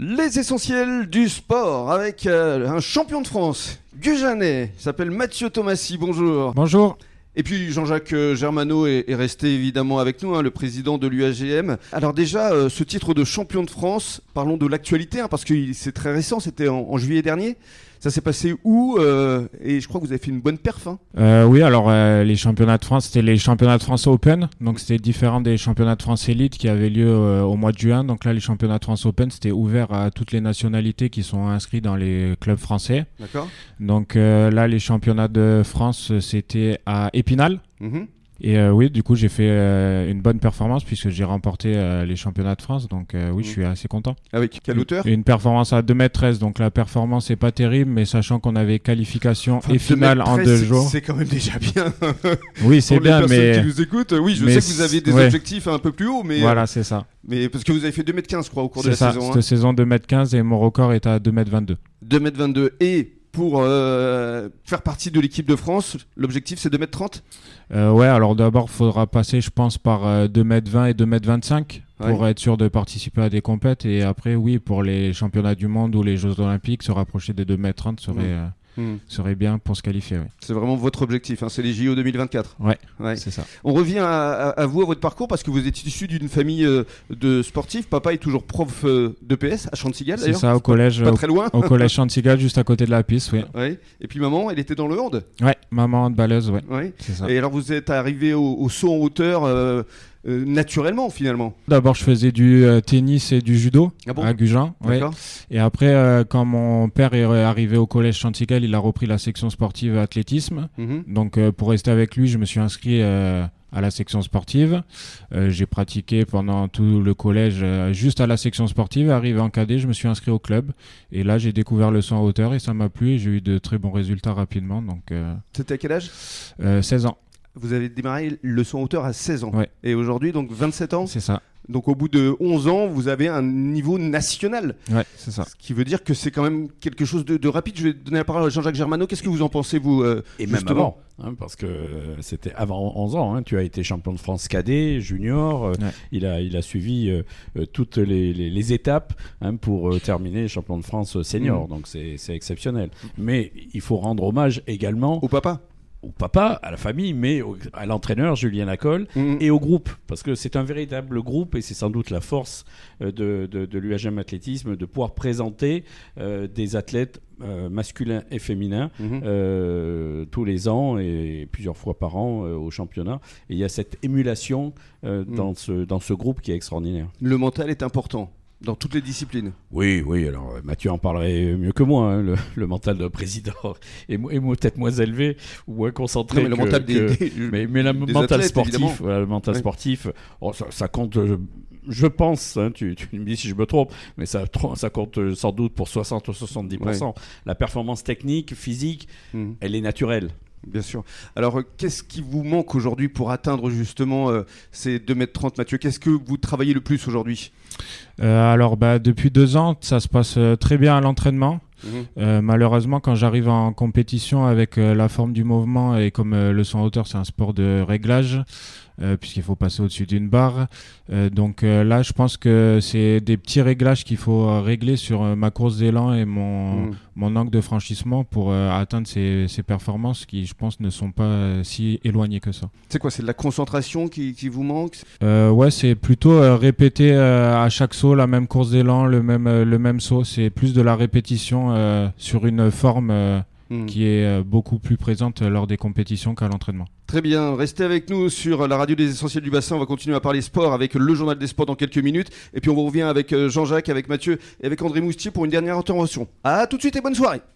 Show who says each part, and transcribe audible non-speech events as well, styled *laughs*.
Speaker 1: Les essentiels du sport avec euh, un champion de France, Gujanet, il s'appelle Mathieu Thomasy, bonjour.
Speaker 2: Bonjour.
Speaker 1: Et puis Jean-Jacques euh, Germano est, est resté évidemment avec nous, hein, le président de l'UAGM. Alors déjà, euh, ce titre de champion de France, parlons de l'actualité, hein, parce que il- c'est très récent, c'était en, en juillet dernier. Ça s'est passé où Euh, Et je crois que vous avez fait une bonne perf. hein.
Speaker 2: Euh, oui, alors euh, les championnats de France, c'était les championnats de France Open, donc c'était différent des championnats de France Elite qui avaient lieu euh, au mois de juin. Donc là, les championnats de France Open, c'était ouvert à toutes les nationalités qui sont inscrites dans les clubs français.
Speaker 1: D'accord
Speaker 2: Donc euh, là, les championnats de France, euh, c'était à Épinal.
Speaker 1: Mhm.
Speaker 2: Et euh, oui, du coup, j'ai fait euh, une bonne performance puisque j'ai remporté euh, les championnats de France. Donc euh, oui, je
Speaker 1: Mhm.
Speaker 2: suis assez content.
Speaker 1: Avec quelle
Speaker 2: Une-
Speaker 1: hauteur
Speaker 2: Une performance à 2m13, donc la performance n'est pas terrible, mais sachant qu'on avait qualification
Speaker 1: Enfin,
Speaker 2: et finale en
Speaker 1: 2m13,
Speaker 2: deux
Speaker 1: c'est-
Speaker 2: jours.
Speaker 1: C'est quand même déjà bien.
Speaker 2: Oui,
Speaker 1: *laughs*
Speaker 2: c'est
Speaker 1: Pour les
Speaker 2: bien,
Speaker 1: personnes
Speaker 2: mais.
Speaker 1: qui nous écoutent, euh, oui, je
Speaker 2: mais
Speaker 1: sais que vous avez des
Speaker 2: ouais.
Speaker 1: objectifs un peu plus hauts, mais,
Speaker 2: Voilà, c'est ça.
Speaker 1: mais parce que vous avez fait 2m15, je crois, au cours de
Speaker 2: C'est
Speaker 1: la
Speaker 2: ça.
Speaker 1: saison. hein.
Speaker 2: Cette saison 2m15 et mon record est à 2m22.
Speaker 1: 2m22 et pour euh, faire partie de l'équipe de France, l'objectif c'est 2m30
Speaker 2: Euh, ouais, alors d'abord, faudra passer, je pense, par euh, 2m20 et 2m25 pour être sûr de participer à des compètes. Et après, oui, pour les championnats du monde ou les Jeux Olympiques, se rapprocher des 2m30 serait,
Speaker 1: Mm.
Speaker 2: euh, serait bien pour se qualifier. ouais.
Speaker 1: C'est vraiment votre objectif, hein, c'est les JO 2024.
Speaker 2: Ouais.
Speaker 1: Ouais.
Speaker 2: C'est ça.
Speaker 1: On revient à, à- à vous, à votre parcours, parce que vous êtes issu d'une famille euh, de sportifs. Papa est toujours prof euh, d'EPS à Chantigal
Speaker 2: C'est
Speaker 1: d'ailleurs.
Speaker 2: ça, au collège,
Speaker 1: Pas
Speaker 2: au,
Speaker 1: très loin.
Speaker 2: au collège Chantigal, juste à côté de la piste, oui.
Speaker 1: *laughs* Ouais. Et puis maman, elle était dans le hand.
Speaker 2: Ouais, maman de balleuse, ouais.
Speaker 1: Ouais.
Speaker 2: C'est ça.
Speaker 1: Et alors vous êtes arrivé au, au saut en hauteur euh, euh, naturellement finalement.
Speaker 2: D'abord, je faisais du euh, tennis et du judo
Speaker 1: Ah bon
Speaker 2: à Gujan. ouais.
Speaker 1: D'accord.
Speaker 2: Et après, euh, quand mon père est arrivé au collège Chantical, il a repris la section sportive athlétisme.
Speaker 1: Mhm.
Speaker 2: Donc, euh, pour rester avec lui, je me suis inscrit euh, à la section sportive. Euh, J'ai pratiqué pendant tout le collège euh, juste à la section sportive. Arrivé en cadet, je me suis inscrit au club. Et là, j'ai découvert le saut en hauteur et ça m'a plu. Et J'ai eu de très bons résultats rapidement. Donc, euh,
Speaker 1: C'était à quel âge
Speaker 2: euh, 16 ans,
Speaker 1: Vous avez démarré le saut en hauteur à 16 ans.
Speaker 2: Ouais.
Speaker 1: Et aujourd'hui donc 27 ans.
Speaker 2: c'est ça.
Speaker 1: Donc au bout de 11 ans, vous avez un niveau national,
Speaker 2: Ouais, c'est ça.
Speaker 1: ce qui veut dire que c'est quand même quelque chose de, de rapide. Je vais donner la parole à Jean-Jacques Germano. Qu'est-ce que vous en pensez, vous euh,
Speaker 3: Et même
Speaker 1: Justement.
Speaker 3: avant, hein, parce que euh, c'était avant 11 ans. hein, tu as été champion de France cadet, junior. euh,
Speaker 2: Ouais.
Speaker 3: Il, a, il a suivi euh, euh, toutes les, les- les étapes hein, pour euh, terminer champion de France senior. Donc c'est c'est exceptionnel. Mais il faut rendre hommage également
Speaker 1: Au papa
Speaker 3: au papa, à la famille, mais au- à l'entraîneur Julien Lacolle
Speaker 1: Mm.
Speaker 3: et euh, au groupe, parce que c'est un véritable groupe et c'est sans doute la force euh, de, de, de l'UHM Athlétisme de pouvoir présenter euh, des athlètes euh, masculins et féminins
Speaker 1: Mhm.
Speaker 3: euh, tous les ans et plusieurs fois par an euh, au championnat. Et il y a cette émulation euh,
Speaker 1: Mhm.
Speaker 3: dans, ce, dans ce groupe qui est extraordinaire.
Speaker 1: Le mental est important dans toutes les disciplines.
Speaker 3: Oui, oui, alors euh, Mathieu en parlerait mieux que moi. hein, le, *laughs* le mental d'un président *laughs* est, mo- est mo- peut-être moins élevé ou moins concentré.
Speaker 1: Non, mais le
Speaker 3: que-
Speaker 1: mental des,
Speaker 3: que-
Speaker 1: des-
Speaker 3: mais, mais la
Speaker 1: des
Speaker 3: mental
Speaker 1: athlètes, évidemment.
Speaker 3: sportif, voilà, le mental
Speaker 1: Oui.
Speaker 3: sportif, oh, ça, ça compte. euh, Je pense, hein, tu, tu me dis si je me trompe, mais ça, tro- ça compte euh, sans doute pour 60 ou 70 La performance technique, physique,
Speaker 1: Mm.
Speaker 3: elle est naturelle.
Speaker 1: Bien sûr. Alors, euh, qu'est-ce qui vous manque aujourd'hui pour atteindre justement euh, ces 2m30, Mathieu Qu'est-ce que vous travaillez le plus aujourd'hui
Speaker 2: Euh, alors, bah, depuis deux ans, ça se passe euh, très bien à l'entraînement.
Speaker 1: Mmh.
Speaker 2: Euh, malheureusement, quand j'arrive en compétition avec euh, la forme du mouvement et comme euh, le son hauteur, c'est un sport de réglage, euh, puisqu'il faut passer au-dessus d'une barre. euh, donc euh, là, je pense que c'est des petits réglages qu'il faut euh, régler sur euh, ma course d'élan et
Speaker 3: Mmh.
Speaker 2: mon,
Speaker 1: Mm.
Speaker 2: mon angle de franchissement pour euh, atteindre ces, ces performances qui, je pense, ne sont pas euh, si éloignées que ça.
Speaker 1: C'est quoi C'est de la concentration qui, qui vous manque
Speaker 2: Euh, ouais, c'est plutôt euh, répéter euh, à chaque saut la même course d'élan, le même, euh, le même saut. C'est plus de la répétition euh, sur une forme. euh,
Speaker 1: Mm.
Speaker 2: qui est euh, beaucoup plus présente euh, lors des compétitions qu'à l'entraînement.
Speaker 1: Très bien, restez avec nous sur la radio des essentiels du bassin. On va continuer à parler sport avec le journal des sports dans quelques minutes. Et puis on vous revient avec euh, Jean-Jacques, avec Mathieu et avec André Moustier pour une dernière intervention. À tout de suite et bonne soirée.